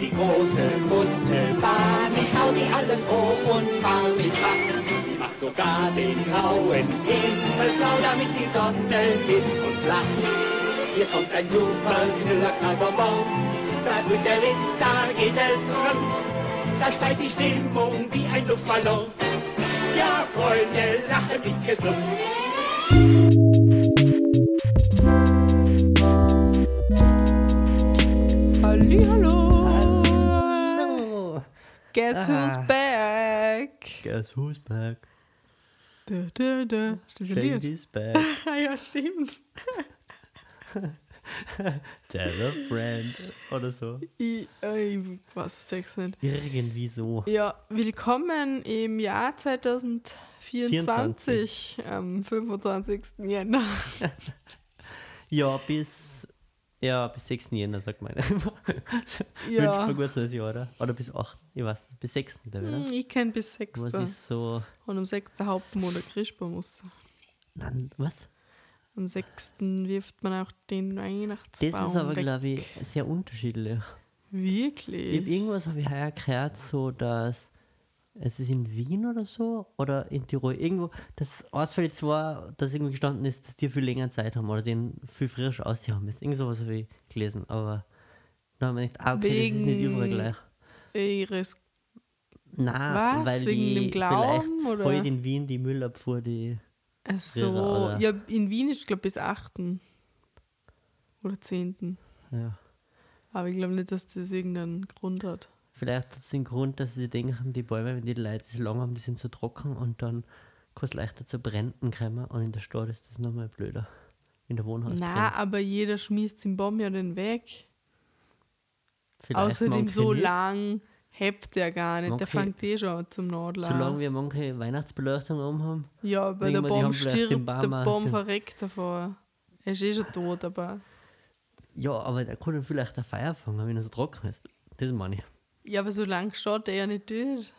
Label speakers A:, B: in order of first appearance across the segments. A: die große, bunte Bahn. Ich hau die alles um und fahr mich ab. Sie macht sogar den grauen Himmel blau, damit die Sonne mit uns lacht. Hier kommt ein super Knüller, Knallbonbon. Da sprüht der Ritz, da geht es rund. Da steigt die Stimmung wie ein Luftballon. Ja, Freunde, Lachen ist gesund.
B: Hallihallo.
C: Oh.
B: hallo. Ah. Guess who's back?
C: Guess who's back?
B: Da, da, da. Ist das ein Lied?
C: Shady's back.
B: Ah, ja, stimmt.
C: Tell a friend. Oder so.
B: Ich, äh, ich weiß es nicht.
C: Irgendwie so.
B: Ja, willkommen im Jahr 2024, am 25. Jänner.
C: Ja, bis. Ja, bis 6. Jänner, sagt man.
B: Ja.
C: Wünscht man gut das Jahr, oder? Oder bis 8. Ich weiß nicht. Bis 6. glaube ich,
B: Hm,
C: oder?
B: Ich kenne bis
C: Was
B: 6.
C: ist so.
B: Und am 6. Hauptmonat kriegt man muss.
C: Nein, was?
B: Am 6. wirft man auch den Weihnachtsbaum
C: Das ist aber,
B: weg.
C: glaube ich, sehr unterschiedlich. Ich hab
B: Wirklich?
C: irgendwas habe ich heuer gehört, so dass es ist in Wien oder so oder in Tirol irgendwo, das ausfällt zwar, dass irgendwie gestanden ist, dass die viel länger Zeit haben oder den viel früher schon aussehen haben müssen. Irgend sowas habe ich gelesen, aber dann habe ich gedacht, ah, okay, das ist nicht
B: Wegen-
C: überall gleich.
B: Ihres
C: Nein,
B: Was?
C: weil
B: Wegen
C: die
B: dem Glauben,
C: vielleicht
B: oder?
C: heute in Wien die Müllabfuhr, die
B: Ach so,
C: Lehrer, oder?
B: ja, in Wien ist, glaube ich, bis 8. oder 10.
C: ja.
B: Aber ich glaube nicht, dass das irgendeinen Grund hat.
C: Vielleicht hat es den Grund, dass sie denken, die Bäume, wenn die Leute so lang haben, die sind so trocken und dann kann es leichter zu brennen kommen und in der Stadt ist das nochmal blöder. In der Wohnhaus.
B: Na,
C: brennt.
B: aber jeder schmeißt den Baum ja den weg.
C: Vielleicht
B: Außerdem
C: manche
B: so
C: nicht.
B: lang hebt der gar nicht. Der
C: Manche-
B: fängt eh schon an zum Nadeln.
C: Solange wir manche Weihnachtsbeleuchtung oben haben,
B: ja, aber der
C: denken wir, die
B: Baum
C: haben vielleicht
B: stirbt,
C: den
B: der
C: Baum aus
B: Baum
C: dem-
B: verreckt davor. Er ist eh schon tot, aber.
C: ja, aber da kann ich vielleicht eine Feier fangen, wenn er so trocken ist. Das meine ich.
B: Ja, aber so lang schaut der ja nicht durch.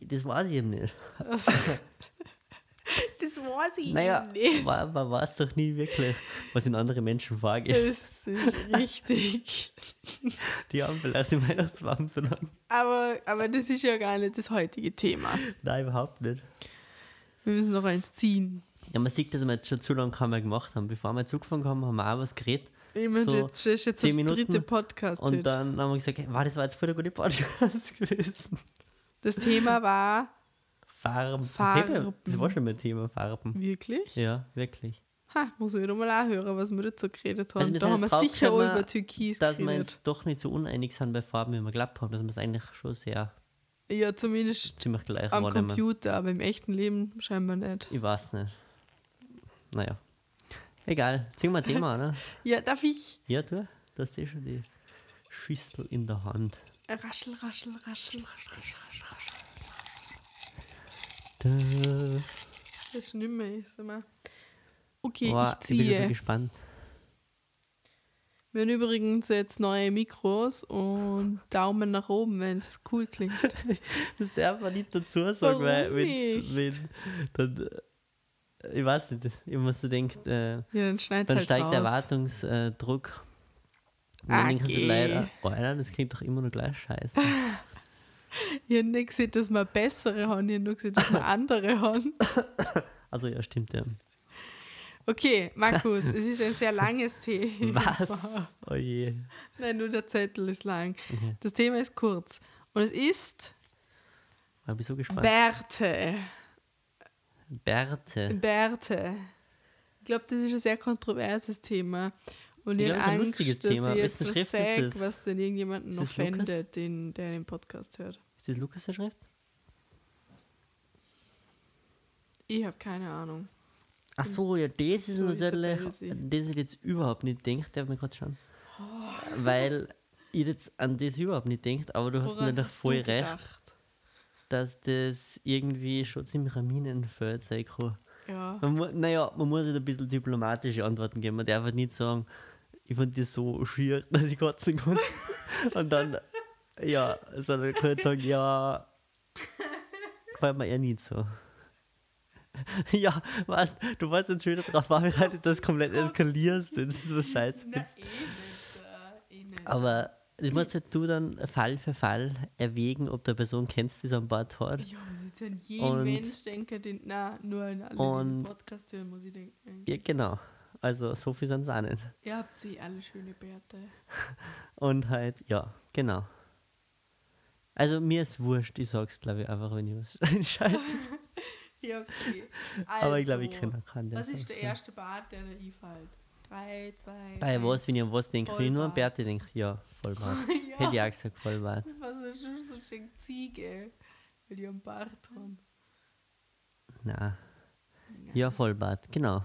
C: Das weiß ich eben nicht.
B: Also, das weiß ich
C: Naja,
B: nicht.
C: man, man weiß doch nie wirklich, was in andere Menschen vorgeht.
B: Das ist richtig.
C: Die haben vielleicht den Weihnachtsbaum so lang.
B: Aber, aber das ist ja gar nicht das heutige Thema.
C: Nein, überhaupt nicht.
B: Wir müssen noch eins ziehen.
C: Ja, man sieht, dass wir jetzt schon zu lange keinen mehr gemacht haben. Bevor wir Zug gefahren haben, haben wir auch was geredet.
B: Ich meine,
C: So,
B: jetzt das ist jetzt der
C: zehn Minuten
B: dritte Podcast
C: Und
B: heute.
C: dann haben wir gesagt, hey, wow, das war jetzt voll der gute Podcast gewesen.
B: das Thema war
C: Farben.
B: Farben.
C: Hey, das war schon mein Thema, Farben.
B: wirklich?
C: Ja, wirklich.
B: Ha, muss ich wieder mal anhören, was wir dazu geredet haben.
C: Also wir
B: da
C: sind
B: haben wir
C: jetzt
B: sicher
C: draufgekommen,
B: auch über Türkis
C: Dass wir
B: geredet.
C: jetzt doch nicht so uneinig sind bei Farben, wie wir glaubt haben, dass wir es eigentlich schon sehr
B: Ja, zumindest
C: ziemlich gleich
B: am
C: wahrnehmen.
B: Computer, aber im echten Leben scheinbar nicht.
C: Ich weiß nicht. Naja. Egal, ziehen wir ein Thema, ne?
B: Ja, darf ich?
C: Ja, du, du hast eh schon die Schüssel in der Hand.
B: Raschel, raschel, raschel, raschel. raschel.
C: Da.
B: Das ist nicht mehr, ich sag mal. Okay,
C: Boah,
B: ich
C: ich bin schon
B: ziehe.
C: gespannt.
B: Wir haben übrigens jetzt neue Mikros und Daumen nach oben, wenn es cool klingt.
C: Das darf man nicht dazu sagen, weil
B: Warum
C: wenn's- wenn dann äh, ich weiß nicht, ich muss so denkt, äh,
B: Ja, dann schneid's
C: dann
B: halt
C: steigt
B: raus. Ah,
C: der Erwartungsdruck. Und dann denken sie
B: Okay.
C: leider, oh, Alter, das klingt doch immer nur gleich scheiße.
B: Ich hab nicht gesehen, dass wir bessere haben, ich hab nur gesehen, dass wir andere haben.
C: Also ja, stimmt ja.
B: Okay, Markus, es ist ein sehr langes Thema.
C: Was? Oh je.
B: Nein, nur der Zettel ist lang.
C: Okay.
B: Das Thema ist kurz. Und es ist
C: Ich bin so gespannt.
B: Werte.
C: Äh. Bärte.
B: Werte. Ich glaube, das ist ein sehr kontroverses Thema. Und
C: Ich
B: ich
C: glaub,
B: habe
C: es ist ein
B: Angst,
C: lustiges
B: dass
C: Thema.
B: ich jetzt
C: Wessen
B: was
C: Schrift ist
B: sag,
C: das?
B: was denn irgendjemanden
C: Ist das
B: offendet, den, der den Podcast hört.
C: Ist das Lukas der Schrift?
B: Ich habe keine Ahnung.
C: Ach so, ja, das ist
B: Du
C: natürlich, das
B: Isabel,
C: hätte ich jetzt überhaupt nicht gedacht, darf mir gerade schauen.
B: Oh.
C: Weil ich jetzt an das überhaupt nicht denkt, aber du hast
B: Woran
C: natürlich
B: hast du
C: voll recht.
B: gedacht?
C: dass das irgendwie schon ziemlich ein Minenfeld sein kann.
B: Ja.
C: Man mu- naja, man muss halt ein bisschen diplomatische Antworten geben. Man darf halt nicht sagen, ich fand das so schier, dass ich kotzen kann. Und dann, ja, sondern kann halt sagen, ja, gefällt mir eher nicht so. Ja, was? Du warst jetzt schon wieder drauf, an, wie du das komplett eskalierst. Das ist was Scheiße.
B: Na, eh nicht. äh, eh nicht.
C: Aber Das musst halt du dann Fall für Fall erwägen, ob der Person kennst, die es an Bord hat.
B: Ich muss jetzt an jeden
C: Und-
B: Mensch denken, den. Na, nur an alle, die
C: Und-
B: den Podcast hören, muss ich denken.
C: Ja, genau. Also so viel sind es auch nicht.
B: Ihr habt sie alle schöne Bärte.
C: Und halt, ja, genau. Also mir ist wurscht, ich sag's glaube ich einfach, wenn ich was scheiße.
B: Ja, okay.
C: Aber ich glaube, ich
B: Also,
C: kenne kann den
B: Was ist der
C: sagen.
B: erste Bart, der da einfällt? Drei, zwei.
C: Bei was,
B: eins.
C: wenn ich an was denke, wenn ich nur an
B: Vollbart.
C: Berti denke, ja, Vollbart.
B: Ja.
C: Hätte ich auch gesagt, Vollbart.
B: Was ist schon so schön Ziege? Weil die am Bart haben.
C: Na, ja, Vollbart, genau.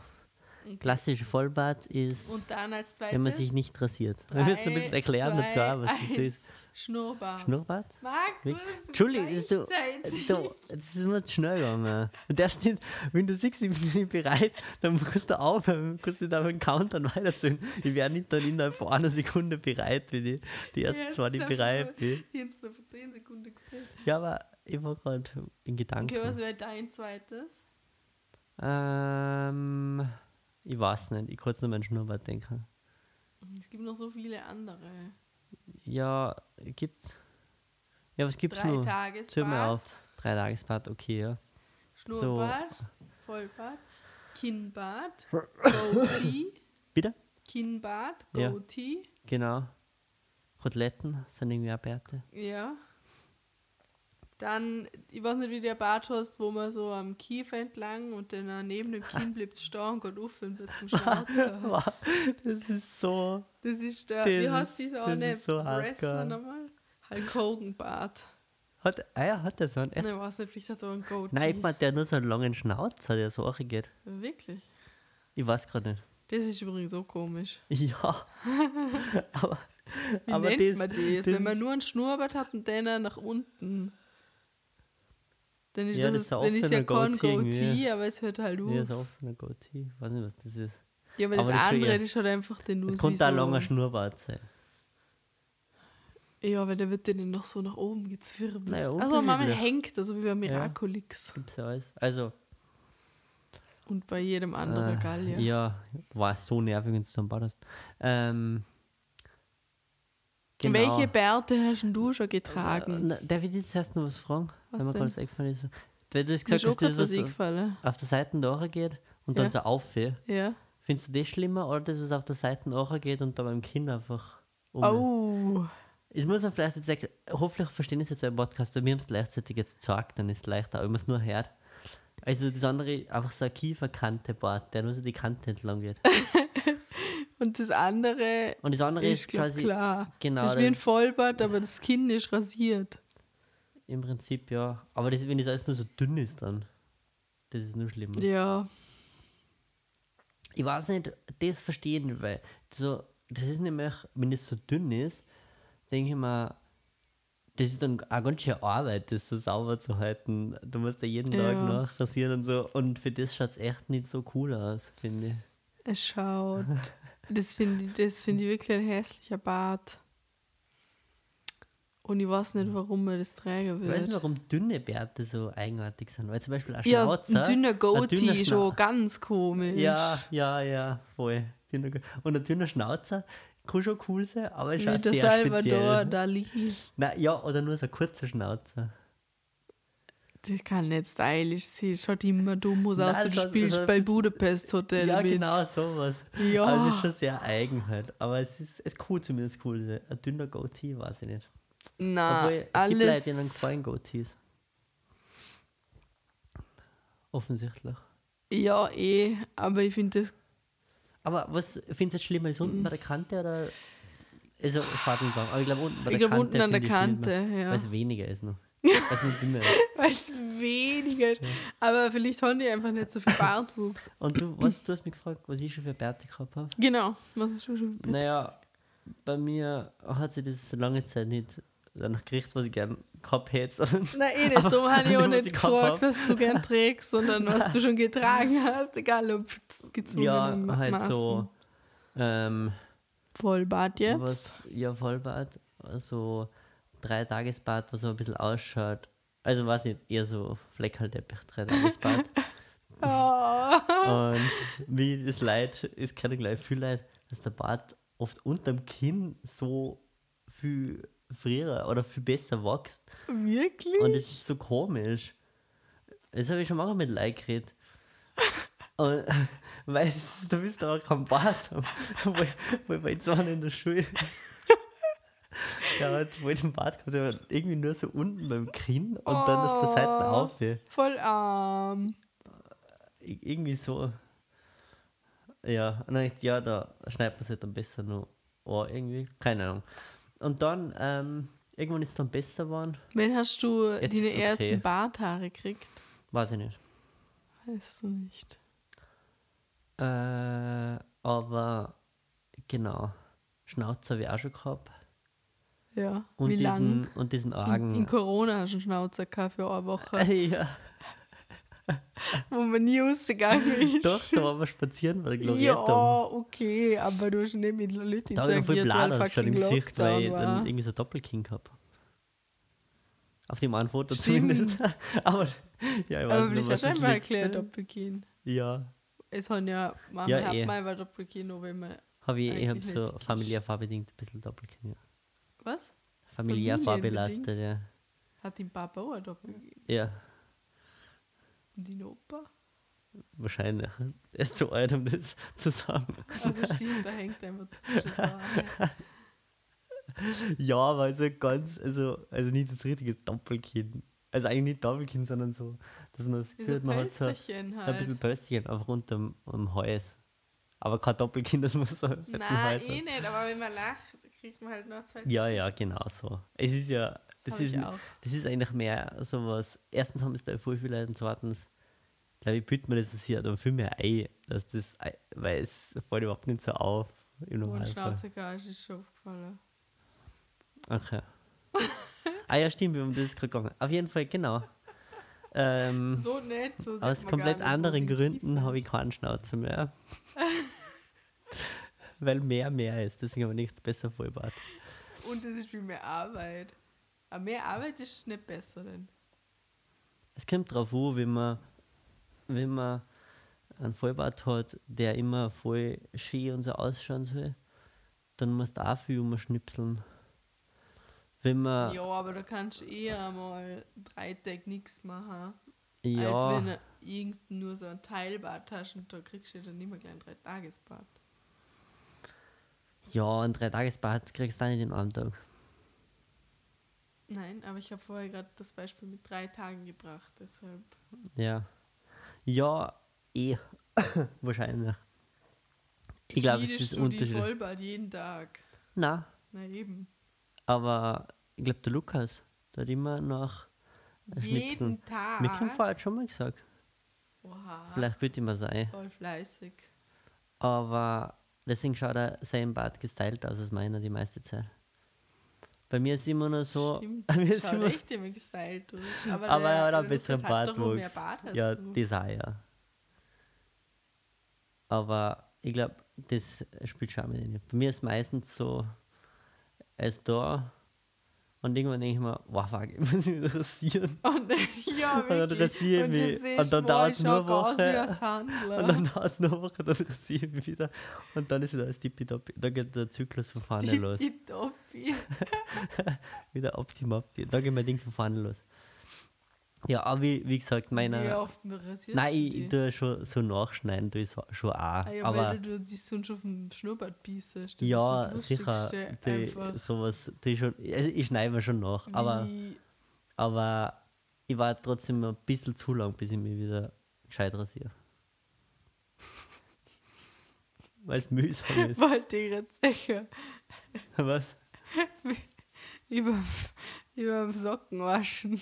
B: Okay.
C: Klassische Vollbart ist,
B: Und dann als zweites.
C: wenn man sich nicht rasiert. wir müssen ein bisschen erklären dazu, auch, was das ist.
B: Schnurrbart.
C: Schnurrbart?
B: Markus,
C: Entschuldigung, das ist so-
B: gleichzeitig.
C: Du, das ist immer zu schnell gegangen. Du darfst nicht, wenn du siehst, ich bin nicht bereit, dann kannst du aufhören, kannst du da einen Countdown weiterzählen. Ich wäre nicht dann innerhalb von einer Sekunde bereit, wenn ich die ersten
B: Jetzt
C: zwei nicht
B: hab ich
C: bereit
B: nur-
C: bin.
B: Jetzt noch vor 10 Sekunden gesagt.
C: Ja, aber ich war gerade in Gedanken.
B: Okay, was wäre dein zweites?
C: ähm, ich weiß nicht, ich kann jetzt nur meinen Schnurrbart denken.
B: Es gibt noch so viele andere.
C: Ja, gibt's. Ja, was gibt's
B: Drei
C: noch?
B: Tagesbart.
C: Zähl mal auf. Drei Tagesbad, okay, ja.
B: Schnurrbart, Vollbart, Kinnbart, Goatee,
C: Bitte?
B: Kinnbart,
C: Ja.
B: Goatee.
C: Genau. Koteletten sind irgendwie auch Bärte.
B: Ja. Dann, ich weiß nicht, wie der Bart hast, wo man so am Kiefer entlang und dann auch neben dem Kinn bleibt starr und geht auf und wird zum Schnauzer.
C: Wow, das ist so.
B: Das ist der,
C: Das
B: wie
C: ist-
B: heißt dieser
C: das
B: eine
C: ist so
B: Wrestler
C: hardcore.
B: nochmal? Hulk Hogan Bart.
C: Hat, ah ja, hat der so einen.
B: Nein,
C: Echt?
B: ich weiß nicht, vielleicht hat er einen Goatee.
C: Nein, ich mein, der hat nur so einen langen Schnauzer, der so geht.
B: Wirklich?
C: Ich weiß gerade nicht.
B: Das ist übrigens so komisch.
C: Ja. aber
B: Wie
C: aber
B: nennt
C: das,
B: man das? Wenn man
C: ist-
B: nur einen Schnurrbart hat und den dann nach unten. Dann ist
C: Ja, das
B: das,
C: ist ja
B: dann
C: oft
B: ist ja
C: ein
B: kein
C: Goatee irgendwie,
B: Goatee, aber es hört halt auf.
C: Ja, ist offener Goatee. Ich weiß nicht, was das ist.
B: Ja, aber das,
C: Aber das ist schon
B: andere,
C: eher-
B: das ist halt einfach den nur
C: Es
B: so.
C: konnte auch ein langer Schnurrbart sein.
B: Ja, aber der wird dann noch so nach oben gezwirbelt.
C: Naja,
B: also manchmal
C: unterschiedlich.
B: hängt, also wie bei Miraculix
C: Gibt's ja alles. Also,
B: und bei jedem anderen Gallier.
C: äh, ja, war so nervig, wenn du so einen Bart hast. Ähm,
B: Welche Bärte hast denn du schon getragen?
C: genau. Äh, Na, darf ich dir jetzt erst noch was fragen?
B: Was
C: wenn
B: denn?
C: mir gerade das eingefallen ist. Weil du hast
B: Mir
C: gesagt,
B: schon
C: dass das,
B: gerade was
C: was so
B: eingefallen.
C: auf der Seite nachgeht und dann
B: Ja.
C: so auffällt.
B: Ja.
C: Findest du das schlimmer oder das, was auf der Seite nachgeht und da beim Kind einfach um?
B: Oh.
C: Ich muss ja vielleicht jetzt erklären, hoffentlich verstehen es jetzt im Podcast, weil wir haben es gleichzeitig jetzt gesagt, dann ist es leichter, aber wenn man es nur hört. Also das andere, einfach so eine Kieferkante Bart, der nur so die Kante entlang geht.
B: Und das andere
C: Und das andere
B: ist,
C: ist,
B: glaub,
C: quasi
B: klar.
C: genau,
B: das ist wie ein
C: das-
B: Vollbart, aber das Kinn ist rasiert.
C: im Prinzip, ja. Aber das, wenn das alles nur so dünn ist dann, das ist nur schlimmer.
B: Ja.
C: ich weiß nicht, das verstehen, weil so, das ist nämlich, wenn es so dünn ist, denke ich mir, das ist dann auch ganz schön Arbeit, das so sauber zu halten. Du musst ja jeden Tag
B: Ja.
C: nachrasieren und so. Und für das schaut es echt nicht so cool aus, finde ich.
B: Es schaut. Das finde ich, das find ich wirklich ein hässlicher Bart. Und ich weiß nicht, warum er das trägen
C: Ich
B: wird.
C: weiß nicht, warum dünne Bärte so eigenartig sind. Weil zum Beispiel ein
B: Ja,
C: Schnauzer.
B: ein dünner
C: ein dünner
B: Goatee,
C: Schna-
B: schon ganz komisch.
C: Ja, ja, ja, voll. Dünner Go- Und ein dünner Schnauzer kann schon cool sein, aber ist
B: Wie
C: auch
B: der
C: sehr
B: Salvador
C: speziell.
B: Dali.
C: Nein, ja, oder nur so ein kurzer Schnauzer.
B: Das kann nicht stylisch sein. Schaut immer dumm aus,
C: Nein,
B: außer du
C: das-
B: spielst
C: das-
B: bei Budapest Hotel
C: Ja,
B: mit.
C: genau sowas.
B: Ja.
C: Aber es ist schon sehr eigen halt. Aber es ist, es cool zumindest cool. Ein dünner Goatee, weiß ich nicht.
B: Na,
C: Obwohl, es gibt Leute, denen
B: Ah, alles.
C: gefallen Goatees. Offensichtlich.
B: Ja, eh. Aber ich finde das
C: Aber was findest du jetzt schlimmer? Ist unten bei der Kante oder? Also Schattenbank. Aber ich glaube unten bei
B: Ich
C: der
B: glaub,
C: Kante.
B: unten an der
C: find ich schlimmer,
B: Kante, ja.
C: Weil es weniger ist noch. Weil es nur dünner ist.
B: weil es weniger ist. Aber vielleicht haben die einfach nicht so viel Bartwuchs.
C: Und du, was, du hast mich gefragt, was ich schon für Bärte gehabt habe?
B: genau. Was ist schon
C: Naja, bei mir hat sich das lange Zeit nicht danach gerichtet, was ich gern gehabt hätte. sondern-
B: Na eh, das darum habe ich auch
C: was
B: nicht
C: ich gehabt
B: gefragt,
C: hab.
B: was du gern trägst, sondern was du schon getragen hast, egal ob gezwungen
C: Ja, halt so. Ähm,
B: Vollbart jetzt.
C: was, ja, Vollbart. So drei Tagesbad, was so ein bisschen ausschaut. Also, weiß nicht, eher so Fleckerlteppich, drei Tagesbad.
B: Oh.
C: Und wie das Leid ist, keine gleich viel Leid, dass der Bart oft unterm Kinn so viel früher oder viel besser wächst.
B: Wirklich?
C: Und es ist so komisch. Das habe ich schon mal mit Leid geredet. Und, weil du bist aber kein Bart. Weil weil wir jetzt waren in der Schule. Der hat wohl den Bart gehabt, der war irgendwie nur so unten beim Kinn und dann auf der Seite
B: Oh.
C: auf. Ir-
B: Voll arm.
C: Irgendwie so. Ja, und dann hab ich, gedacht, ja, da schneidet man sich dann besser noch an, irgendwie. Keine Ahnung. Und dann, ähm, irgendwann ist es dann besser geworden.
B: Wann hast du
C: Jetzt
B: deine
C: ist okay.
B: ersten Barthaare gekriegt?
C: Weiß ich nicht.
B: Weißt du nicht.
C: Äh, aber genau. Schnauze habe ich auch schon gehabt.
B: Ja.
C: Und
B: Wie
C: diesen,
B: lang?
C: Und diesen
B: In, in
C: Argen.
B: Corona hast du einen Schnauzer gehabt für eine Woche,
C: ja,
B: wo man nie rausgegangen ist.
C: doch, da waren wir spazieren bei der
B: ja,
C: Glorieta.
B: okay, aber du hast nicht mit Leuten
C: um. da habe ich noch voll
B: interagiert,
C: Blader
B: weil
C: schon im
B: fucking
C: Gesicht, weil ich dann
B: Lockdown war.
C: irgendwie so ein Doppelkinn habe. Auf dem einen Foto
B: Stimmt.
C: zumindest. aber ja, ich weiß
B: Aber ich
C: was
B: habe
C: das
B: schon mal
C: liegt.
B: erklärt, Doppelkin.
C: Ja,
B: Es haben ja, man
C: Ja,
B: hat
C: eh.
B: mal bei Doppelkin noch, wenn man,
C: habe ich, ich habe
B: Eigentlich
C: so
B: nicht.
C: familiär vorbedingt ein bisschen Doppelkinn. Ja.
B: was?
C: Familiär
B: Familienbedingt?
C: vorbelastet, ja.
B: Hat die Papa auch ein Doppelkin?
C: Ja,
B: Und die Opa?
C: wahrscheinlich. Er ist zu alt, um das zu sagen.
B: Also stimmt, da hängt einfach schon so eine.
C: Ja, aber also ganz, also, also nicht das richtige Doppelkinn. Also eigentlich nicht Doppelkinn, sondern so, dass man
B: Wie
C: das
B: so
C: Gefühl hat, man hat so ein
B: Pölsterchen
C: bisschen
B: halt.
C: Pöstchen einfach unter dem um Hals. Aber kein Doppelkinn, dass man so einen fetten
B: Nein,
C: Hals
B: eh
C: hat.
B: nicht, aber wenn man lacht, kriegt man halt noch zwei
C: Ja, ja, genau so. Es ist ja, das,
B: hab
C: ist,
B: ich auch.
C: das ist eigentlich mehr sowas. Erstens haben es da voll viele Leute und zweitens, glaube ich, bietet man das hier dann viel mehr ein, dass das, ein- weil es fällt überhaupt nicht so auf im
B: Und
C: Normalfall.
B: Schnauzegar ist schon aufgefallen.
C: Okay. ah ja, stimmt, wir haben das gerade gegangen. Auf jeden Fall, genau. Ähm,
B: So nett, so sagt
C: aus
B: man
C: komplett
B: gar nicht, wo
C: anderen
B: die
C: Gründen
B: Kiefer-
C: habe ich keinen Schnauze mehr. Weil mehr mehr ist, deswegen habe ich nichts besser vollbart.
B: Und das ist viel mehr Arbeit. Aber mehr Arbeit ist nicht besser, denn.
C: Es kommt drauf an, wenn man, wenn man einen Vollbart hat, der immer voll schön und so ausschauen soll, dann muss da auch viel umschnipseln. Wenn man.
B: Ja, aber da kannst du eh einmal drei Tage nichts machen.
C: ja
B: Als wenn du irgend nur so ein Teilbad hast und da kriegst du ja dann immer gleich ein Dreitagesbad.
C: Ja, ein Dreitagesbad kriegst du auch nicht in einem Tag.
B: Nein, aber ich habe vorher gerade das Beispiel mit drei Tagen gebracht, deshalb.
C: Ja. Ja, eh. Wahrscheinlich. Ich glaube, es
B: schmiedest
C: ist
B: du die
C: unterschiedlich.
B: Vollbad jeden Tag.
C: Na,
B: Na eben.
C: aber ich glaube, der Lukas, der hat immer noch Schnipseln.
B: Jeden Tag.
C: Mit dem vorher schon mal gesagt.
B: Oha,
C: Vielleicht bitte mal sein.
B: voll fleißig.
C: Aber deswegen schaut er sein Bart gestylt aus als meiner die meiste Zeit. Bei mir ist immer nur so.
B: Stimmt,
C: Bei mir ist
B: schaut
C: immer,
B: echt immer gestylt aus. Aber,
C: aber
B: der,
C: er hat
B: der
C: auch ein bisschen
B: Lukas hat halt doch wohl mehr
C: Bartwuchs.
B: Bart als
C: Ja,
B: du.
C: das auch, ja. Aber ich glaube, das spielt schon auch mit rein. Bei mir ist meistens so, er ist da und irgendwann denke ich mir, wow, fuck, ich muss mich wieder rasieren.
B: Und, ja,
C: Und
B: wirklich.
C: dann rasiere
B: Und
C: ich
B: das
C: mich.
B: siehst
C: Und dann
B: du,
C: dauert's
B: ich
C: nur
B: schau
C: eine
B: gar aus wie
C: Woche.
B: ein Sandler.
C: Und dann dauert es noch eine Woche, dann rasiere ich mich wieder. Und dann ist wieder alles tippitoppi. Dann geht der Zyklus von vorne
B: Die-
C: los.
B: die Toppi.
C: Wieder optimopti. Dann geht mein Ding von vorne los. Ja, aber wie, wie gesagt, meiner.
B: Wie oft rasierst
C: Nein,
B: du
C: ich,
B: die?
C: ich tue schon so nachschneiden, tue ich so- schon auch.
B: Ah, ja,
C: aber
B: weil du dich sonst auf dem Schnurrbart beißest. Das
C: ja,
B: ist das
C: sicher,
B: Lustigste,
C: die,
B: einfach.
C: sowas tue ich schon. Also ich schneide mir schon nach, aber,
B: wie,
C: aber ich war trotzdem ein bisschen zu lang, bis ich mich wieder gescheit rasiere. Weil es mühsam ist.
B: wollte ich gerade sicher
C: Was?
B: über, über dem Socken waschen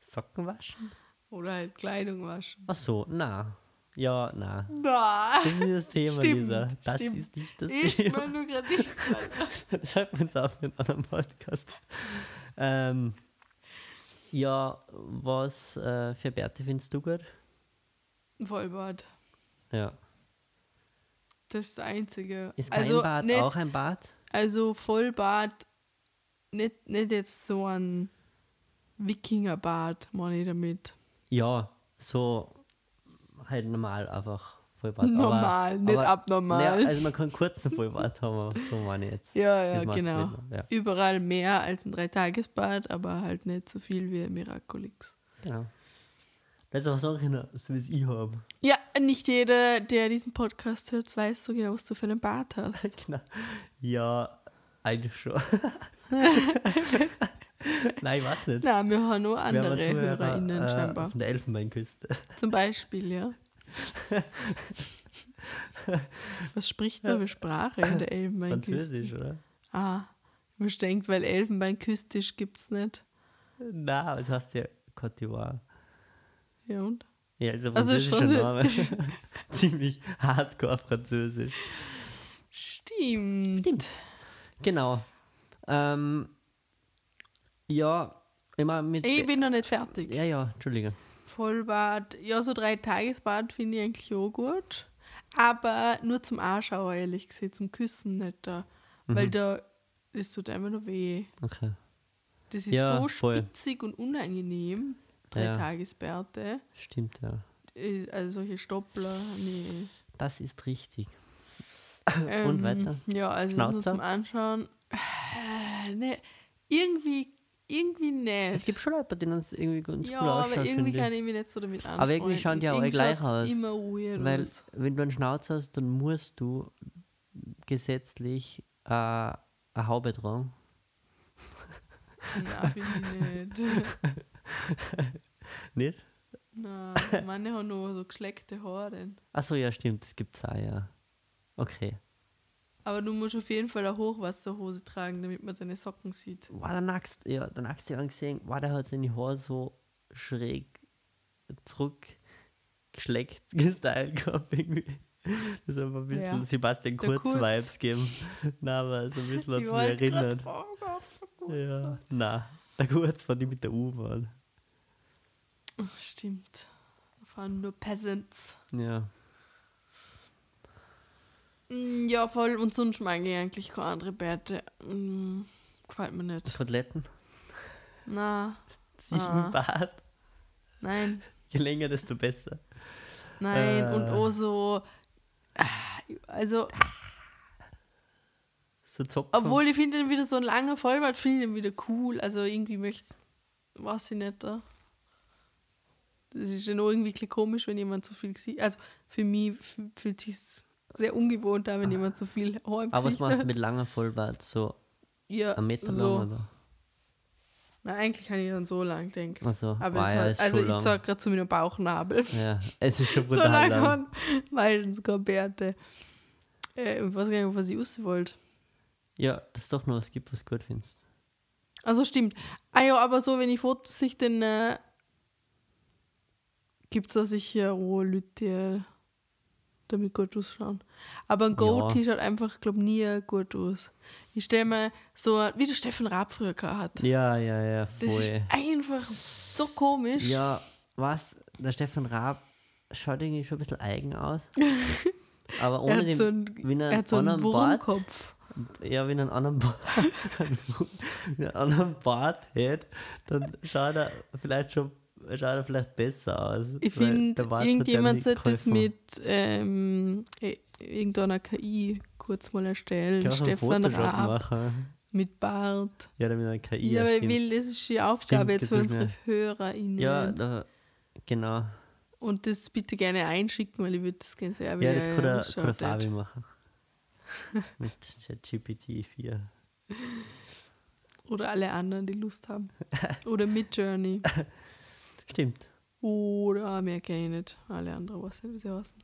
C: Socken waschen?
B: oder halt Kleidung waschen.
C: Ach so, na. Ja, na.
B: Na,
C: Das ist nicht das Thema,
B: Stimmt,
C: Lisa. Das
B: stimmt.
C: ist nicht das
B: ich
C: Thema.
B: mir nur gerade nicht
C: Das hat man jetzt auch für einen anderen Podcast. Ähm, ja, was äh, für Bärte findest du gut?
B: ein Vollbart.
C: Ja.
B: Das ist das Einzige.
C: Ist kein
B: also,
C: Bart
B: nicht,
C: auch ein Bart?
B: Also Vollbart, nicht, nicht jetzt so ein Wikingerbart, meine ich damit.
C: Ja, so halt normal einfach Vollbart. aber-
B: Normal, nicht abnormal.
C: Naja, also man kann kurzen Vollbart haben, aber so meine ich jetzt.
B: Ja,
C: Das
B: ja,
C: macht
B: genau.
C: nicht ne? noch, ja.
B: Überall mehr als ein Dreitagesbad, aber halt nicht so viel wie ein Miraculix.
C: Genau. Das ist auch so, so wie es ich habe.
B: Ja, nicht jeder, der diesen Podcast hört, weiß so genau, was du für einen Bart hast.
C: genau. Ja, eigentlich schon. Nein, ich weiß nicht.
B: Nein, wir haben nur
C: Wir haben
B: andere
C: einen Zuhörer,
B: HörerInnen
C: äh,
B: scheinbar.
C: Von der Elfenbeinküste.
B: Zum Beispiel, ja. Was spricht man für Sprache in der Elfenbeinküste?
C: Französisch, oder?
B: Ah, man denkt, weil Elfenbeinküstisch gibt's nicht.
C: Nein, aber es heißt ja Côte d'Ivoire.
B: Ja und?
C: Ja, ist ein
B: Also
C: französischer
B: Franzö-
C: Name. Ziemlich hardcore französisch.
B: Stimmt.
C: Stimmt. Genau. Ähm, ja, immer mit.
B: Ich bin noch nicht fertig.
C: ja, ja, Entschuldige.
B: Vollbad, ja, so drei Tagesbad finde ich eigentlich auch gut. Aber nur zum Anschauer, ehrlich gesagt, zum Küssen nicht da. Weil
C: Mhm.
B: da, es tut einfach nur weh.
C: Okay.
B: Das ist
C: Ja,
B: so
C: voll.
B: spitzig und unangenehm. Drei
C: Ja.
B: Tagesbärte.
C: Stimmt, ja.
B: Äh, Also solche Stoppler, nee.
C: Das ist richtig.
B: Ähm,
C: Und weiter?
B: Ja, also es ist nur
C: Schnauzer?
B: zum Anschauen. Äh, Nee, irgendwie, irgendwie nicht.
C: Es gibt schon Leute, bei denen es irgendwie ganz
B: ja,
C: cool ausschaut,
B: aber irgendwie
C: finde
B: kann
C: ich.
B: ich mich nicht so damit anfreunden.
C: Aber irgendwie schauen die auch alle
B: Irgendwie
C: gleich
B: schaut's
C: aus.
B: immer weird
C: Weil,
B: aus.
C: wenn du einen Schnauz hast, dann musst du gesetzlich äh, eine Haube tragen.
B: Nein, finde ich nicht.
C: Nicht?
B: Nein, meine haben nur so geschleckte Haare.
C: Achso, ja, stimmt, das gibt's auch, ja. Okay.
B: Aber du musst auf jeden Fall eine Hochwasserhose tragen, damit man deine Socken sieht.
C: Wow, dann hast ja, dann hast du gesehen, wow, der hat seine Haare so schräg zurückgeschleckt gestylt gehabt irgendwie. Das hat mir ein bisschen
B: Ja.
C: Sebastian
B: Der
C: Kurz-Vibes
B: Kurz.
C: gegeben. Na, aber so ein bisschen hat es mich
B: wollte grad
C: erinnert.
B: fragen, ob's so gut
C: Ja.
B: war.
C: Na, der Kurz von die mit der U-Bahn.
B: Ach, Stimmt. Da fahren nur Peasants.
C: Ja.
B: Mm, Ja, voll. Und sonst mag ich eigentlich keine andere Bärte. Mm, Gefällt mir nicht.
C: Koteletten,
B: Na, Ah.
C: Ziegenbart.
B: nein,
C: Je länger, desto besser.
B: nein. Und
C: Äh.
B: auch so. ah, Also,
C: So Zopfen.
B: obwohl ich finde den wieder so ein langer Vollbart, finde ich den wieder cool. Also irgendwie möchte weiß ich nicht da. Das ist ja nur irgendwie ein bisschen komisch, wenn jemand zu viel Gesicht. Also für mich f- fühlt sich sehr ungewohnt an, wenn jemand zu viel Haar im
C: aber was
B: Gesicht
C: machst du
B: hat.
C: mit langer Vollbart? So
B: Ja,
C: einen Meter
B: so.
C: lang oder?
B: Na, eigentlich kann ich dann so lang denken.
C: Ach so.
B: Aber
C: Ah
B: es
C: ja,
B: hat,
C: ist
B: also
C: schon
B: ich
C: lang.
B: zeig gerade zu meinem Bauchnabel.
C: Ja, es ist schon
B: so
C: brutal
B: lange
C: lang.
B: haben meistens keine Bärte. Äh, ich weiß gar nicht, was ich wissen wollte.
C: Ja, das ist doch nur, es gibt, was du gut findest.
B: Also stimmt. Ah ja, aber so, wenn ich Fotos sehe, dann äh, gibt es da sicher auch Leute, die damit gut ausschauen. Aber ein Goatee schaut einfach, glaube nie gut aus. Ich stelle mir so, wie der Steffen Raab früher gehabt hat.
C: Ja, ja, ja,
B: Das ist
C: voll.
B: einfach so komisch.
C: Ja, was? Der Stefan Raab schaut irgendwie schon ein bisschen eigen aus. Aber
B: er
C: ohne
B: hat
C: den,
B: so einen,
C: wenn er
B: er hat so
C: einen
B: einen
C: anderen Bart-
B: Wurmkopf.
C: ja, wenn er einen anderen Bart, wenn er einen anderen Bart hätte, dann schaut er vielleicht schon, schaut er vielleicht besser aus.
B: Ich
C: weil
B: finde,
C: der Bart hat ja
B: irgendjemand
C: nicht
B: sollte das
C: geholfen.
B: mit ähm, äh, irgendeiner KI kurz mal erstellen.
C: Ich kann auch einen
B: Stefan
C: Photoshop
B: Raab
C: machen.
B: mit Bart.
C: Ja, damit eine KI
B: Ja, aber ich
C: erschien.
B: will, das ist die Aufgabe
C: Stimmt,
B: jetzt für
C: das ist
B: unsere HörerInnen.
C: Ja, da, genau.
B: Und das bitte gerne einschicken, weil ich würde das gerne selber
C: Ja, das
B: gerne
C: kann der, kann der
B: anschauen.
C: Fabi machen. Mit ChatGPT 4.
B: Oder alle anderen, die Lust haben. Oder Midjourney.
C: Stimmt.
B: Oder mehr kenne ich nicht. Alle anderen weiß nicht, wie sie heißen.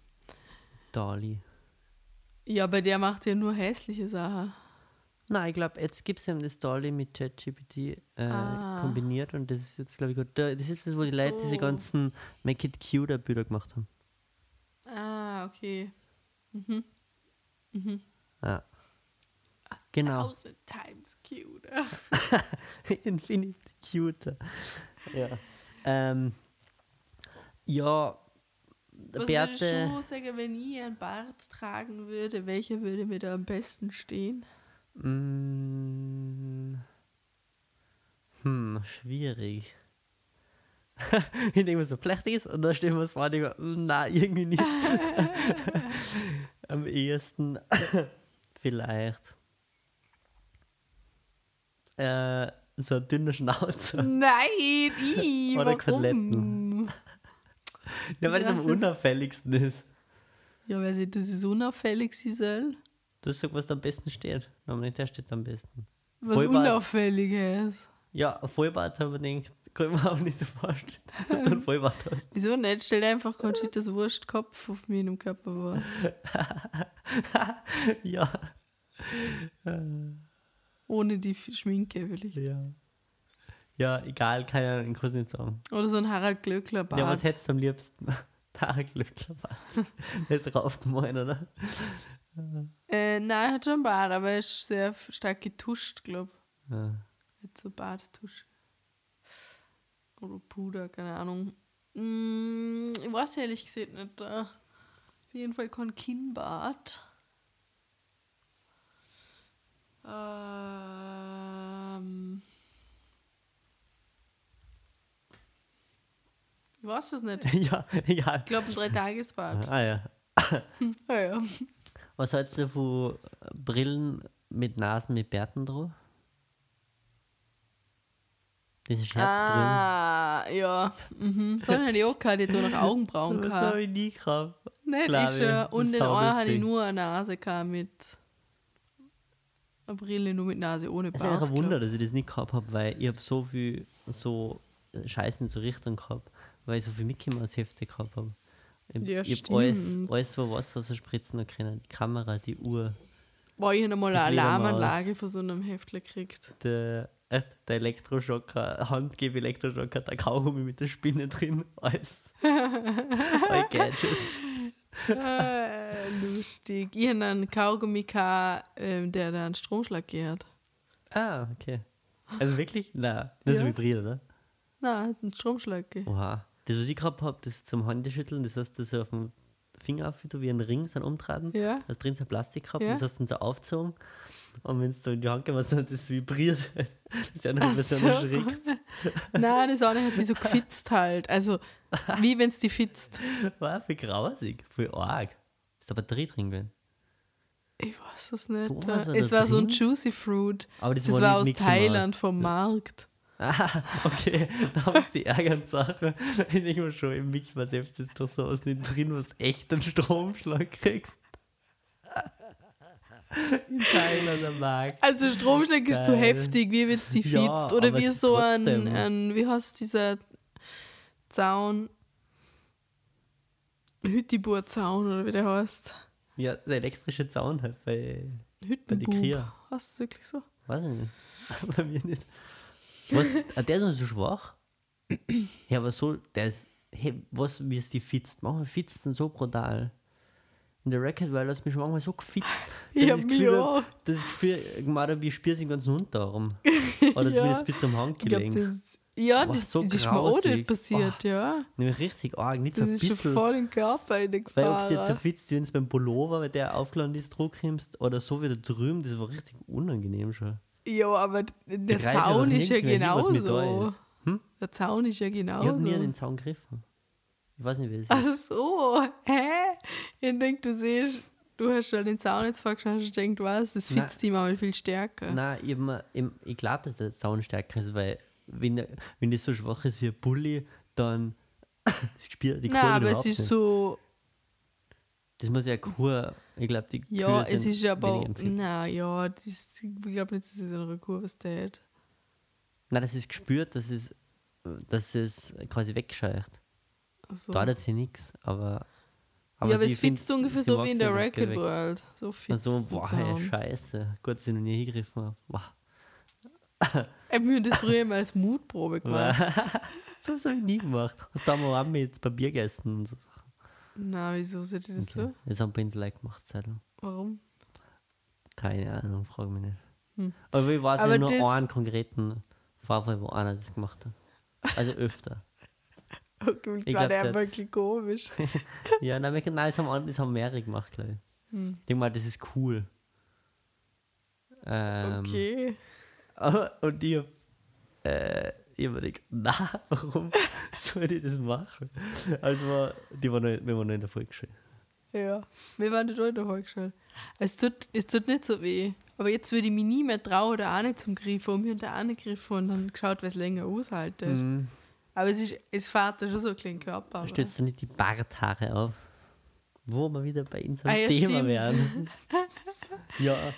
C: Dali.
B: Ja, aber der macht ja nur hässliche Sachen.
C: Nein, ich glaube, jetzt gibt es eben das Dolly mit ChatGPT äh,
B: Ah.
C: kombiniert und das ist jetzt, glaube ich, gut. Da- Das ist das, wo die Leute diese
B: So.
C: ganzen Make It Cuter Bilder gemacht haben.
B: Ah, okay. Mhm.
C: Ja.
B: Ah,
C: Genau.
B: Thousand times cuter.
C: Infinite Cuter. Ja. Ähm, ja,
B: Was würdest
C: Bärte.
B: du sagen, wenn ich einen Bart tragen würde, welcher würde mir da am besten stehen?
C: mm, Hm, schwierig. Hm, ich denke mir so, vielleicht ist, und dann stellen wir uns vor, und ich denke, mir, na, irgendwie nicht. Am ehesten vielleicht äh, so eine dünne Schnauze.
B: Nein, ich,
C: Oder
B: warum?
C: Koteletten. Ja, weil das am
B: Das ist-
C: unauffälligsten ist.
B: Ja, weil sie, das ist unauffällig, sie soll.
C: Das ist so, was da am besten steht. Moment, der steht am besten.
B: Was
C: Vollbart.
B: unauffällig ist.
C: Ja, ein Vollbart haben wir denkt, kann ich mir auch nicht so vorstellen, dass du ein Vollbart hast.
B: Wieso nicht? Stell dir einfach Conchitas Wurstkopf auf mir im Körper vor.
C: Ja,
B: Ohne die F- Schminke, will ich.
C: ja. Ja, egal, kann ja den Kuss nicht sagen.
B: Oder so ein Harald Glöckler-Bart.
C: Ja, was hättest du am liebsten? Tageglücklerbart. Der ist raufgemalt, oder?
B: Äh, nein, er hat schon einen Bart, aber er ist sehr f- stark getuscht, glaube
C: Ja.
B: ich. Mit so Barttusche. Oder Puder, keine Ahnung. Mm, ich weiß ehrlich gesagt nicht. äh, Auf jeden Fall kein Kinnbart. Ähm, ich weiß es nicht. Ich
C: ja, egal.
B: glaube, ein Dreitagesbart.
C: Ah ja.
B: Ja, ja.
C: Was hältst du von Brillen mit Nasen mit Bärten drauf? Diese Scherzbrillen.
B: Ah, ja. Mhm. So eine Joka, die du nach Augenbrauen
C: das
B: gehabt.
C: habe ich nie gehabt.
B: Nein,
C: Klar,
B: Ne, ich
C: wir-
B: schon.
C: das
B: Und
C: ist
B: den
C: saulustig.
B: einen hatte ich nur eine Nase gehabt mit eine Brille, nur mit Nase, ohne
C: Es ist einfach
B: Bart.
C: ein Wunder,
B: glaub.
C: dass ich das nicht gehabt habe, weil ich habe so viel so Scheiße in so Richtung gehabt, weil ich so viel Mickey Mouse Hefte gehabt habe. Ich,
B: Ja,
C: ich habe alles,
B: stimmt.
C: alles, wo Wasser so spritzen noch können. Die Kamera, die Uhr,
B: Boah, ich habe einmal
C: Die
B: eine
C: Fledermaus.
B: Alarmanlage von so einem Heftler gekriegt.
C: der, äh, der Elektroschocker, Handgebe Elektroschocker, der Kaugummi mit der Spinne drin, alles. All Gadgets.
B: Äh, lustig. Ich habe einen Kaugummi gehabt, ähm, der da einen Stromschlag gehört.
C: Ah, okay. Also wirklich? Nein, das
B: Ja.
C: vibriert, oder?
B: Nein, hat einen Stromschlag gegeben.
C: Oha. Das, was ich gehabt habe, das zum Handeschütteln, das heißt, das auf dem Finger auf wie einen Ring, so ein Umtraten.
B: Ja.
C: hast Also drin so ein Plastik gehabt,
B: Ja.
C: das hast du dann so aufgezogen. Und wenn es so in die Hand gemacht hat, das vibriert. halt. Das ist ja noch
B: Ach
C: ein bisschen
B: so.
C: erschrickt.
B: Also. Nein, das eine hat die so gefitzt halt. Also, wie wenn es die fitzt.
C: War viel grausig, viel arg. Ist aber Batterie drin gewesen.
B: Ich weiß es nicht.
C: So
B: ja.
C: was war
B: es
C: da
B: war so ein
C: drin?
B: Juicy Fruit.
C: Aber das,
B: Das, war
C: nicht
B: aus
C: Mickey Mouse.
B: Thailand vom Markt.
C: Ah, okay, da haben sie die ärgern Sachen. Ich denke mir schon, im Mickey Mouse selbst ist doch sowas nicht drin, was echt einen Stromschlag kriegst. In Thailand am Markt.
B: Also Stromschlag ist so
C: Geil.
B: heftig, wie wenn es die fitzt.
C: Ja,
B: Oder
C: aber
B: wie
C: es ist
B: so ein,
C: trotzdem-
B: ein, wie heißt dieser Zaun? Hüttibur-Zaun oder wie der heißt.
C: Ja, der elektrische Zaun halt bei, bei den
B: Hüttenbub.
C: Krier.
B: Hast du es wirklich so?
C: Weiß ich nicht. Bei mir nicht. Was, ah, der ist noch so schwach? Ja, aber so, der ist, hey, was, wie es die fitzt? Manchmal fitzt denn so brutal. In der Record World hat mich schon manchmal so gefitzt. dass
B: Ja,
C: ich
B: mich
C: Gefühl
B: auch.
C: hab, dass ich Gefühl gemacht habe, ich spüre den ganzen Hund darum. Oder
B: Ja.
C: zumindest bis zum Hand
B: Ich glaube,
C: gelegen.
B: das ja,
C: Boah,
B: das,
C: so
B: das ist mir auch
C: grausig.
B: nicht passiert, ja.
C: Nämlich richtig arg, nicht so
B: Das
C: ein
B: ist schon
C: bisschen.
B: voll im Körper in den
C: Weil ob es jetzt so
B: Gefahr.
C: fitzt, wenn es beim Pullover, weil der aufgeladen ist, druckhimmst oder so wieder drüben, das war richtig unangenehm schon.
B: Ja, aber der
C: Greif ich doch
B: Zaun ist
C: nirgends
B: ja
C: mehr hin, was mit da
B: genauso.
C: ist. Hm?
B: Der Zaun ist ja
C: Ich habe nie an
B: genauso.
C: den Zaun gegriffen. Ich weiß nicht, wie das ist.
B: Ach so, hä? Ich denke, du siehst, du hast schon den Zaun jetzt vorgeschaut und denkt, was, das
C: Nein.
B: fitzt die mal viel stärker.
C: Nein, ich, hab mir- ich, ich glaube, dass der Sound stärker ist, weil wenn, der- wenn das so schwach ist wie ein Bulli, dann spürt die Kuh
B: Nein, aber es
C: überhaupt
B: ist
C: nicht.
B: so,
C: Das muss ja eine Kuh, ich glaube, die
B: ja,
C: Kühe
B: es
C: sind
B: ist aber, ne-
C: wenig empfindlich.
B: na ja, das, ist- ich glaube nicht, dass es in einer Kurve steht.
C: Nein, das ist gespürt, dass es, dass es quasi wegscheucht.
B: Also,
C: Da hat sie nichts, aber...
B: ja, aber
C: sie
B: es fitzt
C: find-
B: ungefähr
C: sie
B: so
C: mag's
B: wie in der
C: nicht,
B: Record
C: geh weg.
B: World. So fitzt
C: Also,
B: den
C: boah, hey,
B: Zaun.
C: scheiße. Gut, dass ich noch nie hingegriffen habe. Wow.
B: Ich habe mir das früher mal als Mutprobe gemacht.
C: das habe ich nie gemacht. Hast du da mal auch mit Papier gegessen und so Sachen.
B: Na, wieso seht ihr das
C: Okay.
B: so?
C: Das haben Pinsel like gemacht, seit
B: Warum?
C: Keine Ahnung, frag mich nicht.
B: Hm.
C: Aber ich weiß
B: Aber
C: nicht, nur
B: das-
C: einen konkreten Vorfall, wo einer das gemacht hat. Also öfter.
B: Okay, ich
C: glaub,
B: war der
C: das-
B: wirklich komisch.
C: ja, nein, wir- nein, das haben, an- das haben mehrere gemacht, glaube ich.
B: Hm.
C: Ich denke mal, das ist cool. Ähm,
B: Okay.
C: aber- Und ich hab, äh, ich hab mir gedacht, na, warum soll ich das machen? Also, wir- die waren noch, wir waren noch in der Volksschule.
B: Ja, wir waren nicht heute vorgestellt. Es tut, es tut nicht so weh. Aber jetzt würde ich mich nie mehr trauen, da auch nicht zum um Griff und mir da auch nicht griffen und dann geschaut, was länger aushaltet.
C: Mhm.
B: Aber es ist, es fährt ja schon so ein kleinen Körper. aber-
C: Stellst du nicht die Barthaare auf? Wo wir wieder bei unserem
B: Ah ja,
C: Thema
B: stimmt.
C: wären. ja.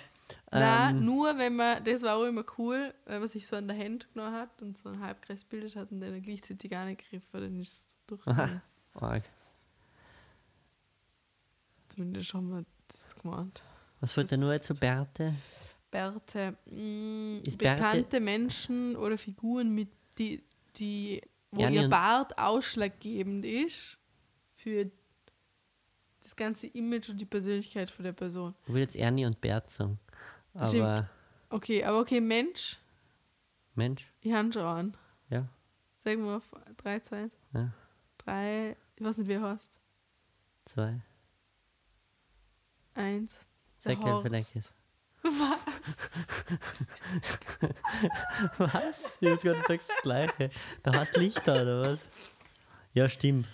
B: Nein,
C: ähm,
B: nur wenn man, das war auch immer cool, wenn man sich so an der Hand genommen hat und so einen Halbkreis bildet hat und dann gleichzeitig angegriffen hat, dann ist es durch.
C: arg.
B: Zumindest haben wir das gemeint.
C: Was wollte nur jetzt zu Bärte?
B: Bärte. mm,
C: Ist Bärte-
B: bekannte Menschen oder Figuren, mit die, die, wo
C: Ernie
B: ihr
C: und-
B: Bart ausschlaggebend ist für das ganze Image und die Persönlichkeit von der Person.
C: Ich will jetzt Ernie und Bert sagen. Aber
B: Stimmt. Okay, aber okay, Mensch,
C: Mensch,
B: ich habe schon an.
C: ja.
B: Sagen wir auf 3, 2, 1.
C: ja.
B: 3, ich weiß nicht, wie er heißt.
C: Zwei.
B: 1.
C: Sag gleich vielleicht jetzt. Was? Was? Ich hab's gerade gesagt, das Gleiche. Da hast Lichter, oder was? Ja, stimmt.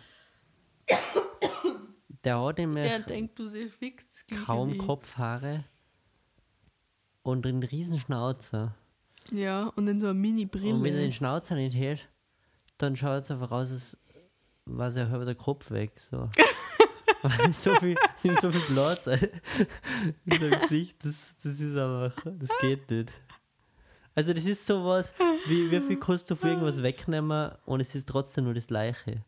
C: Der hat immer
B: Er denkt, du siehst fix das Gleiche wie
C: kaum
B: ich.
C: Kopfhaare und einen riesen Schnauzer.
B: Ja, und dann so eine
C: Und wenn er
B: Mini-Brille.
C: den Schnauzer nicht hält, dann schaut es einfach aus, als was er halber der Kopf weg. So. Weil so viel, es nimmt so viel Platz ein in seinem Gesicht. Das, das ist einfach, das geht nicht. Also das ist sowas, wie, wie viel kannst du für irgendwas wegnehmen und es ist trotzdem nur das Gleiche.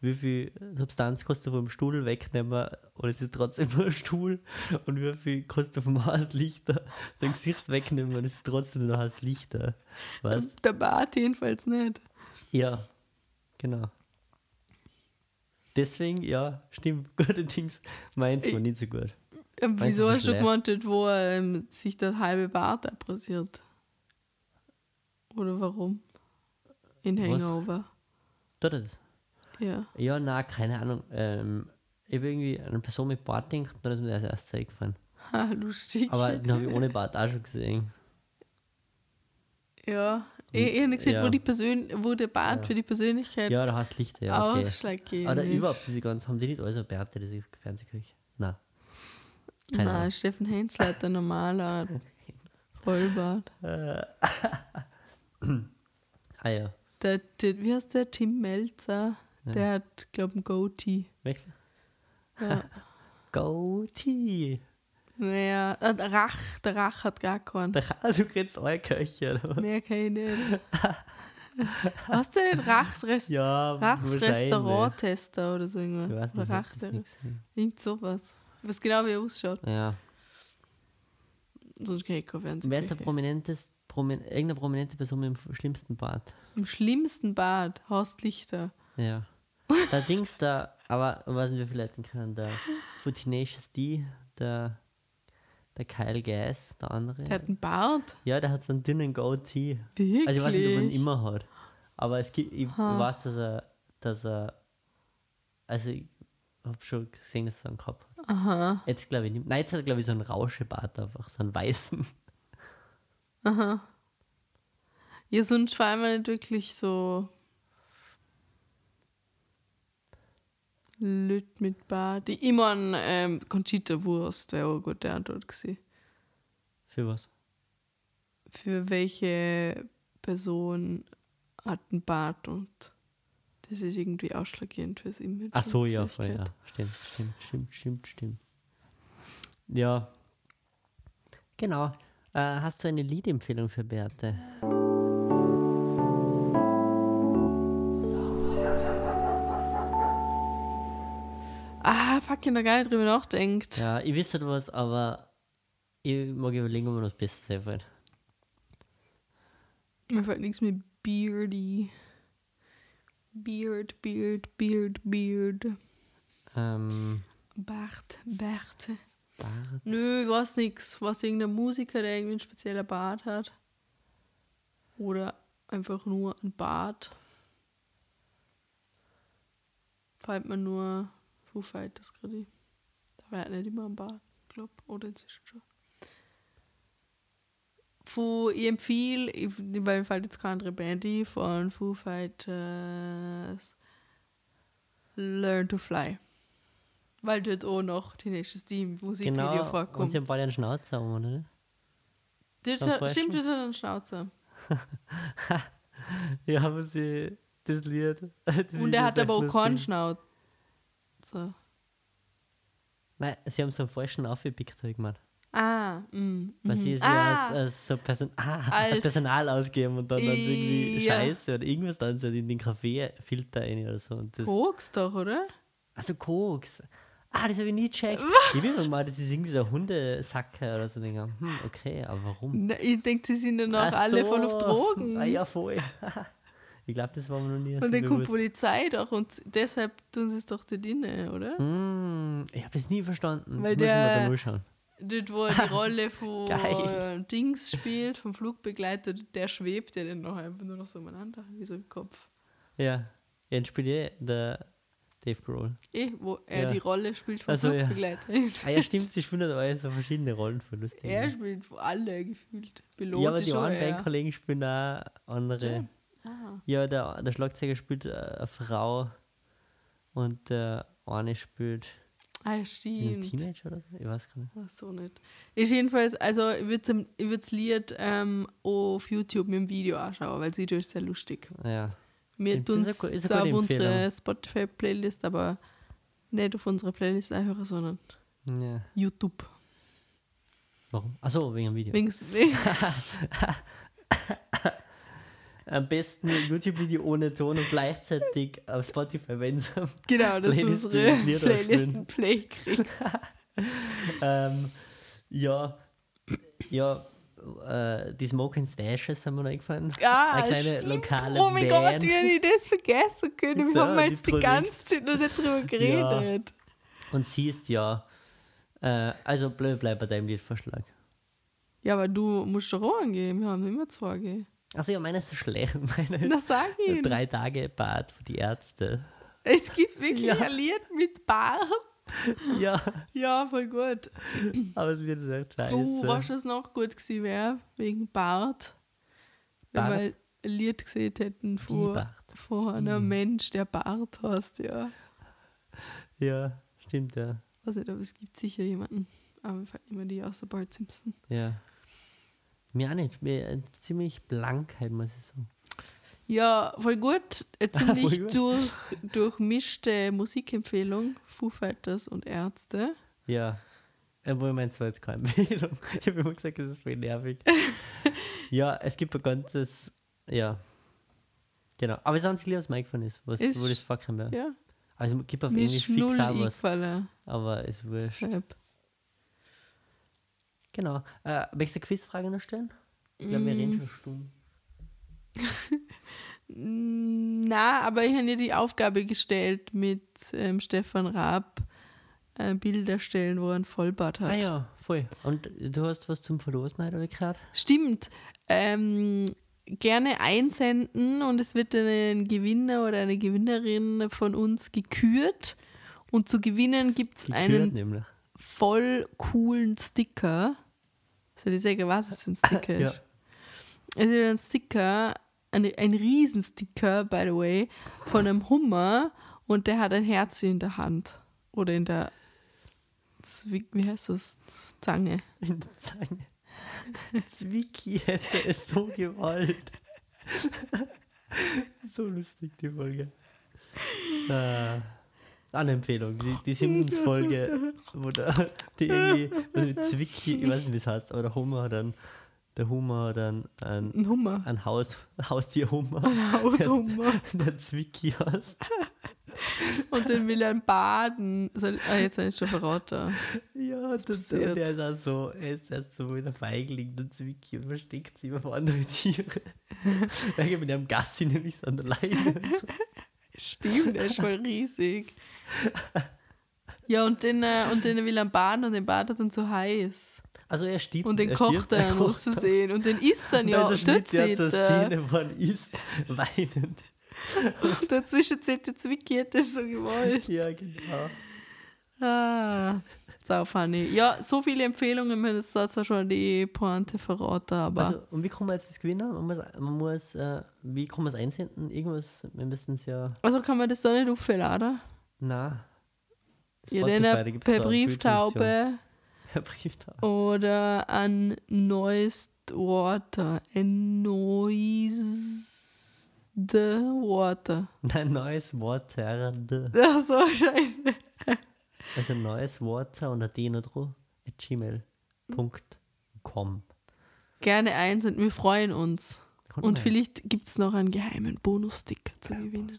C: Wie viel Substanz kannst du vom Stuhl wegnehmen und es ist trotzdem nur ein Stuhl. Und wie viel kannst du vom Haus Lichter sein Gesicht wegnehmen und es ist trotzdem nur Haus Lichter. Weißt?
B: Der Bart jedenfalls nicht.
C: Ja, genau. Deswegen, ja, stimmt, gute Dings meins man nicht so gut.
B: Ähm,
C: Meinst du
B: Wieso hast du
C: vielleicht?
B: gemeint, wo ähm, sich das halbe Bart abrasiert? Oder warum? In
C: Was?
B: Hangover.
C: Tut er das?
B: Ja.
C: Ja, na, keine Ahnung. Ähm, ich habe irgendwie eine Person mit Bart denkt, dann ist mir das erst eingefallen.
B: Ha, lustig.
C: Aber den habe ich ohne Bart auch schon gesehen.
B: ja. Ich, ich habe nicht gesehen,
C: Ja.
B: wo, die Persön wo der Bart für die Persönlichkeit
C: Ja, da hast Lichter, ja, okay.
B: ausschlaggebend
C: Oder
B: ist.
C: überhaupt diese ganzen, haben die nicht alles eine Bärte, die sie auf Fernsehen kriegen? Nein. keine Ahnung.
B: Nein, Steffen Hensler hat ein normaler Vollbart.
C: Ah ja,
B: Der, der, wie heißt der? Tim Melzer. Der hat, glaube ich, einen Goatee.
C: wirklich?
B: Ja.
C: Go Tee!
B: naja, äh, der Rach, der Rach hat gar keinen.
C: Da, du kriegst eure Köche, oder was?
B: Mehr kann ich nicht. Hast du nicht Rachs, Rest
C: Ja,
B: Rachs
C: wahrscheinlich.
B: Restaurant-Tester oder so irgendwas?
C: Ich weiß
B: Oder
C: nicht,
B: Rach,
C: ich hab das nicht gesehen.
B: irgend sowas. Ich weiß genau, wie er ausschaut.
C: Ja.
B: Sonst kann ich kein Fernsehen.
C: Wer ist der
B: gucken.
C: prominenteste, promin irgendeine prominente Person mit dem f- schlimmsten Bart?
B: Im schlimmsten Bad, Horst Lichter.
C: Ja. Der Dings da, aber ich weiß nicht, wie viele Leute ihn kennen, der von Tenacious D, der, der Kyle Gass, der andere.
B: Der hat einen Bart.
C: ja, der hat so einen dünnen Goatee.
B: Wirklich?
C: Also ich weiß nicht, ob er ihn immer hat. Aber es gibt, ich weiß, dass er, dass er, also ich habe schon gesehen, dass er einen gehabt hat.
B: Aha.
C: Jetzt glaube ich nicht. Nein, jetzt hat er glaube ich so einen Rauschebart einfach, so einen weißen.
B: Ja, sonst war einmal nicht wirklich so. Lüt mit Bart. Die immer ein ähm, Conchita-Wurst wäre auch eine gute Antwort gewesen.
C: Für was?
B: für welche Person hat ein Bart und das ist irgendwie ausschlaggebend fürs Image.
C: Ach so,
B: und
C: ja, voll, ja.
B: Persönlichkeit.
C: Stimmt, stimmt, stimmt, stimmt, stimmt. Ja. Genau. Äh, hast du eine Liedempfehlung für Beate?
B: Ah, fuck, ich hab da gar nicht drüber nachdenkt.
C: Ja, ich wüsste was, aber ich mag überlegen, ob man was Besseres einfällt.
B: Mir fällt nichts mit Beardy. Beard, Beard, Beard, Beard.
C: Ähm,
B: Bart, Bart.
C: Bart.
B: Nö, ich weiß nix. Was irgendein Musiker, der irgendwie einen speziellen Bart hat. Oder einfach nur ein Bart. Fällt mir nur Foo Fighters gerade. ein. Da war halt nicht immer ein Bart, glaub. Oder inzwischen schon. Von, ich empfehle, ich, weil mir fällt jetzt keine andere Band ein, von Foo Fighters Learn to Fly. Weil dort auch noch die nächste Steam-Musikvideo
C: Genau, und
B: vorkommt.
C: sie haben beide einen Schnauzer, um, oder?
B: Dort
C: schon
B: hat,
C: vorher
B: stimmt,
C: schon?
B: dort hat er einen Schnauzer.
C: Ja, aber sie, das Lied. Das
B: und er
C: Video ist
B: hat
C: echt
B: aber auch keinen
C: lustig.
B: Schnauzer.
C: Nein, sie haben so einen falschen aufgepickt, habe ich gemeint.
B: Ah, mm,
C: Weil
B: mhm.
C: sie sie
B: ah,
C: als, als, so Person, ah, als
B: Als-
C: Personal ausgeben und dann, dann irgendwie
B: Ja.
C: Scheiße oder irgendwas dann sie in den Kaffeefilter rein oder so. Und das,
B: Koks doch, oder?
C: Also Koks. Ah, das habe ich nie gecheckt. ich will mal, das ist irgendwie so ein Hundesacke oder so. Und ich denk, hm, okay, aber warum?
B: Na, ich denke, sie sind dann auch
C: Ach
B: alle
C: so.
B: voll auf Drogen.
C: Ah ja, voll. ich glaube, das war mir noch nie so
B: und dann kommt die
C: bewusst.
B: Polizei doch und deshalb tun sie es doch dort drinnen, oder?
C: Hm, ich habe das nie verstanden.
B: Weil
C: das muss ich mir
B: der-
C: da mal schauen.
B: Dort, wo er die Rolle von äh,
C: Geil.
B: Dings spielt, vom Flugbegleiter, der schwebt ja dann noch einfach nur noch so umeinander, wie so im Kopf.
C: Ja. Ja, dann spielt eh der Dave Grohl.
B: Eh, wo er
C: Ja.
B: die Rolle spielt vom
C: Also, ja.
B: Flugbegleiter.
C: Ah ja, stimmt, sie spielen da alle so verschiedene Rollen für lustig.
B: er spielt von alle gefühlt. Pilot
C: ja, aber
B: ist
C: die
B: schon
C: anderen
B: er.
C: beiden Kollegen spielen auch andere.
B: Ah.
C: Ja, der, der Schlagzeuger spielt äh, eine Frau und der eine spielt
B: Ah,
C: ein
B: stimmt.
C: Teenager oder so. Ich weiß gar nicht.
B: Ach so nicht. Ist jedenfalls, also ich würde das Lied ähm, auf YouTube mit dem Video anschauen, weil sie ist sehr lustig.
C: Ja.
B: Wir
C: Stimmt,
B: tun
C: ist
B: es
C: eine gu- ist
B: zwar
C: eine
B: auf
C: gute
B: unsere
C: Empfehlung.
B: Spotify-Playlist, aber nicht auf unsere Playlist anhören, sondern
C: ja.
B: YouTube.
C: Warum? Achso, wegen dem Video.
B: Wenigstens
C: Am besten ein YouTube-Video ohne Ton und gleichzeitig auf Spotify, wenn es am
B: genau, dass
C: Playlist,
B: unsere
C: die das Lied
B: Playlisten Play kriegt.
C: ähm, ja, ja, äh, die Smoking Stashes haben wir noch eingefallen.
B: Ja,
C: Eine kleine
B: Ah, stimmt.
C: lokale
B: Oh mein Gott,
C: Band.
B: wie hätte ich das vergessen können?
C: Gibt's
B: Wir
C: auch
B: haben
C: ein
B: jetzt
C: Lied
B: die
C: drüber?
B: ganze Zeit noch nicht drüber geredet.
C: Und sie ist ja, äh, also bleib, bleib bei deinem Liedvorschlag.
B: Ja, aber du musst doch auch angeben, wir haben immer zwei gegeben.
C: Also ja, meine ist so schlecht. Meine ist
B: Na sag ihn.
C: drei Tage Bad für die Ärzte.
B: Es gibt wirklich
C: Ja.
B: ein Lied mit Bart.
C: Ja,
B: Ja, voll gut.
C: aber das Lied ist echt scheiße.
B: Du, was es noch gut gewesen wäre, wegen Bart. Wenn wir
C: Bart?
B: ein Lied gesehen hätten von,
C: Bart. Mhm.
B: von einem Mensch, der Bart hast, ja.
C: ja, stimmt, ja.
B: Weiß nicht, aber es gibt sicher jemanden. Aber mir fällt immer die außer Bart Simpson.
C: ja. Mir auch nicht, mir äh, ziemlich Blankheit, muss ich sagen.
B: Ja, voll gut. Eine ziemlich
C: gut.
B: durch, durchmischte Musikempfehlung. Foo Fighters und Ärzte.
C: Ja. Obwohl, mein zwar jetzt keine Empfehlung. Ich habe immer gesagt, es ist voll nervig. ja, es gibt ein ganzes. Ja. Genau. Aber es ist einzig, was mir eingefallen ist, was,
B: Ist-
C: wo das vorkam. Ja.
B: Ja,
C: Also, es gibt auf
B: mir
C: Englisch
B: ist
C: fix
B: null
C: auch was.
B: eingefallen.
C: Aber es wurscht.
B: Deshalb.
C: Genau. Äh, möchtest du eine Quizfrage noch stellen? Ich glaube, wir reden schon stumm.
B: Na, aber ich habe dir die Aufgabe gestellt mit ähm, Stefan Raab äh, Bilder stellen, wo er einen Vollbart hat.
C: Ah ja, voll. Und du hast was zum Verlosen heute gerade?
B: Stimmt. Ähm, gerne einsenden und es wird ein Gewinner oder eine Gewinnerin von uns gekürt. Und zu gewinnen gibt es einen
C: nämlich.
B: voll coolen Sticker. Soll ich sagen, was es für ein Sticker
C: Ja.
B: ist? Es ist ein Sticker, ein, ein Riesensticker, by the way, von einem Hummer und der hat ein Herz in der Hand. Oder in der Zwick, wie heißt das? Z- Zange.
C: In der Zange. Zwicky hätte es so gewollt. so lustig, die Folge. Äh, eine Empfehlung, die, die Simpsons-Folge, wo der, die irgendwie, was mit Zwicky, ich weiß nicht, wie es heißt, aber der Homer hat dann, der Homer hat dann ein,
B: Ein Hummer.
C: ein Haus, Haustier-Homer,
B: Haushummer.
C: der Zwicky heißt.
B: Und dann will er baden. Soll, ah, jetzt habe ich schon verraten.
C: Ja, das das,
B: passiert.
C: und der ist auch so, er ist erst so wie der Feigling, der Zwicki und versteckt sich immer vor anderen Tieren. Weil ich mit einem Gassi nämlich so an der Leine.
B: Stimmt, der ist voll riesig. Ja, und den, äh, und den will er baden und den badet dann zu heiß.
C: Also er stirbt.
B: Und den
C: er
B: kocht
C: stirbt,
B: er,
C: kocht
B: muss versehen. Und den isst dann
C: Und
B: ja. äh.
C: da
B: Und
C: ist ein
B: dort
C: Schnitt, der
B: sieht
C: zur
B: er.
C: Szene, wo er isst, weinend.
B: Und dazwischen sieht der Zwicky, hat das so gewollt.
C: Ja, genau.
B: Ah, so funny. Ja, so viele Empfehlungen, wenn es da zwar schon die Pointe verraten, aber
C: Also, und wie kann man jetzt das gewinnen? Man muss, man muss äh, wie kann man es einsenden? Irgendwas, wir müssen es ja.
B: also kann man das da nicht aufladen?
C: Na.
B: Ja, dann
C: Spotify, da gibt's
B: per
C: da eine Filterfunktion.
B: Brieftaube
C: Per Brieftaube.
B: oder an neues Water. Ein neues Water.
C: Nein, neues Water. d.
B: Ach so, scheiße.
C: Also neues Water und ein D noch dran. At gmail.com.
B: Gerne einsenden, wir freuen uns.
C: Kommt
B: Und
C: mal.
B: vielleicht gibt es noch einen geheimen Bonus-Sticker zu gewinnen.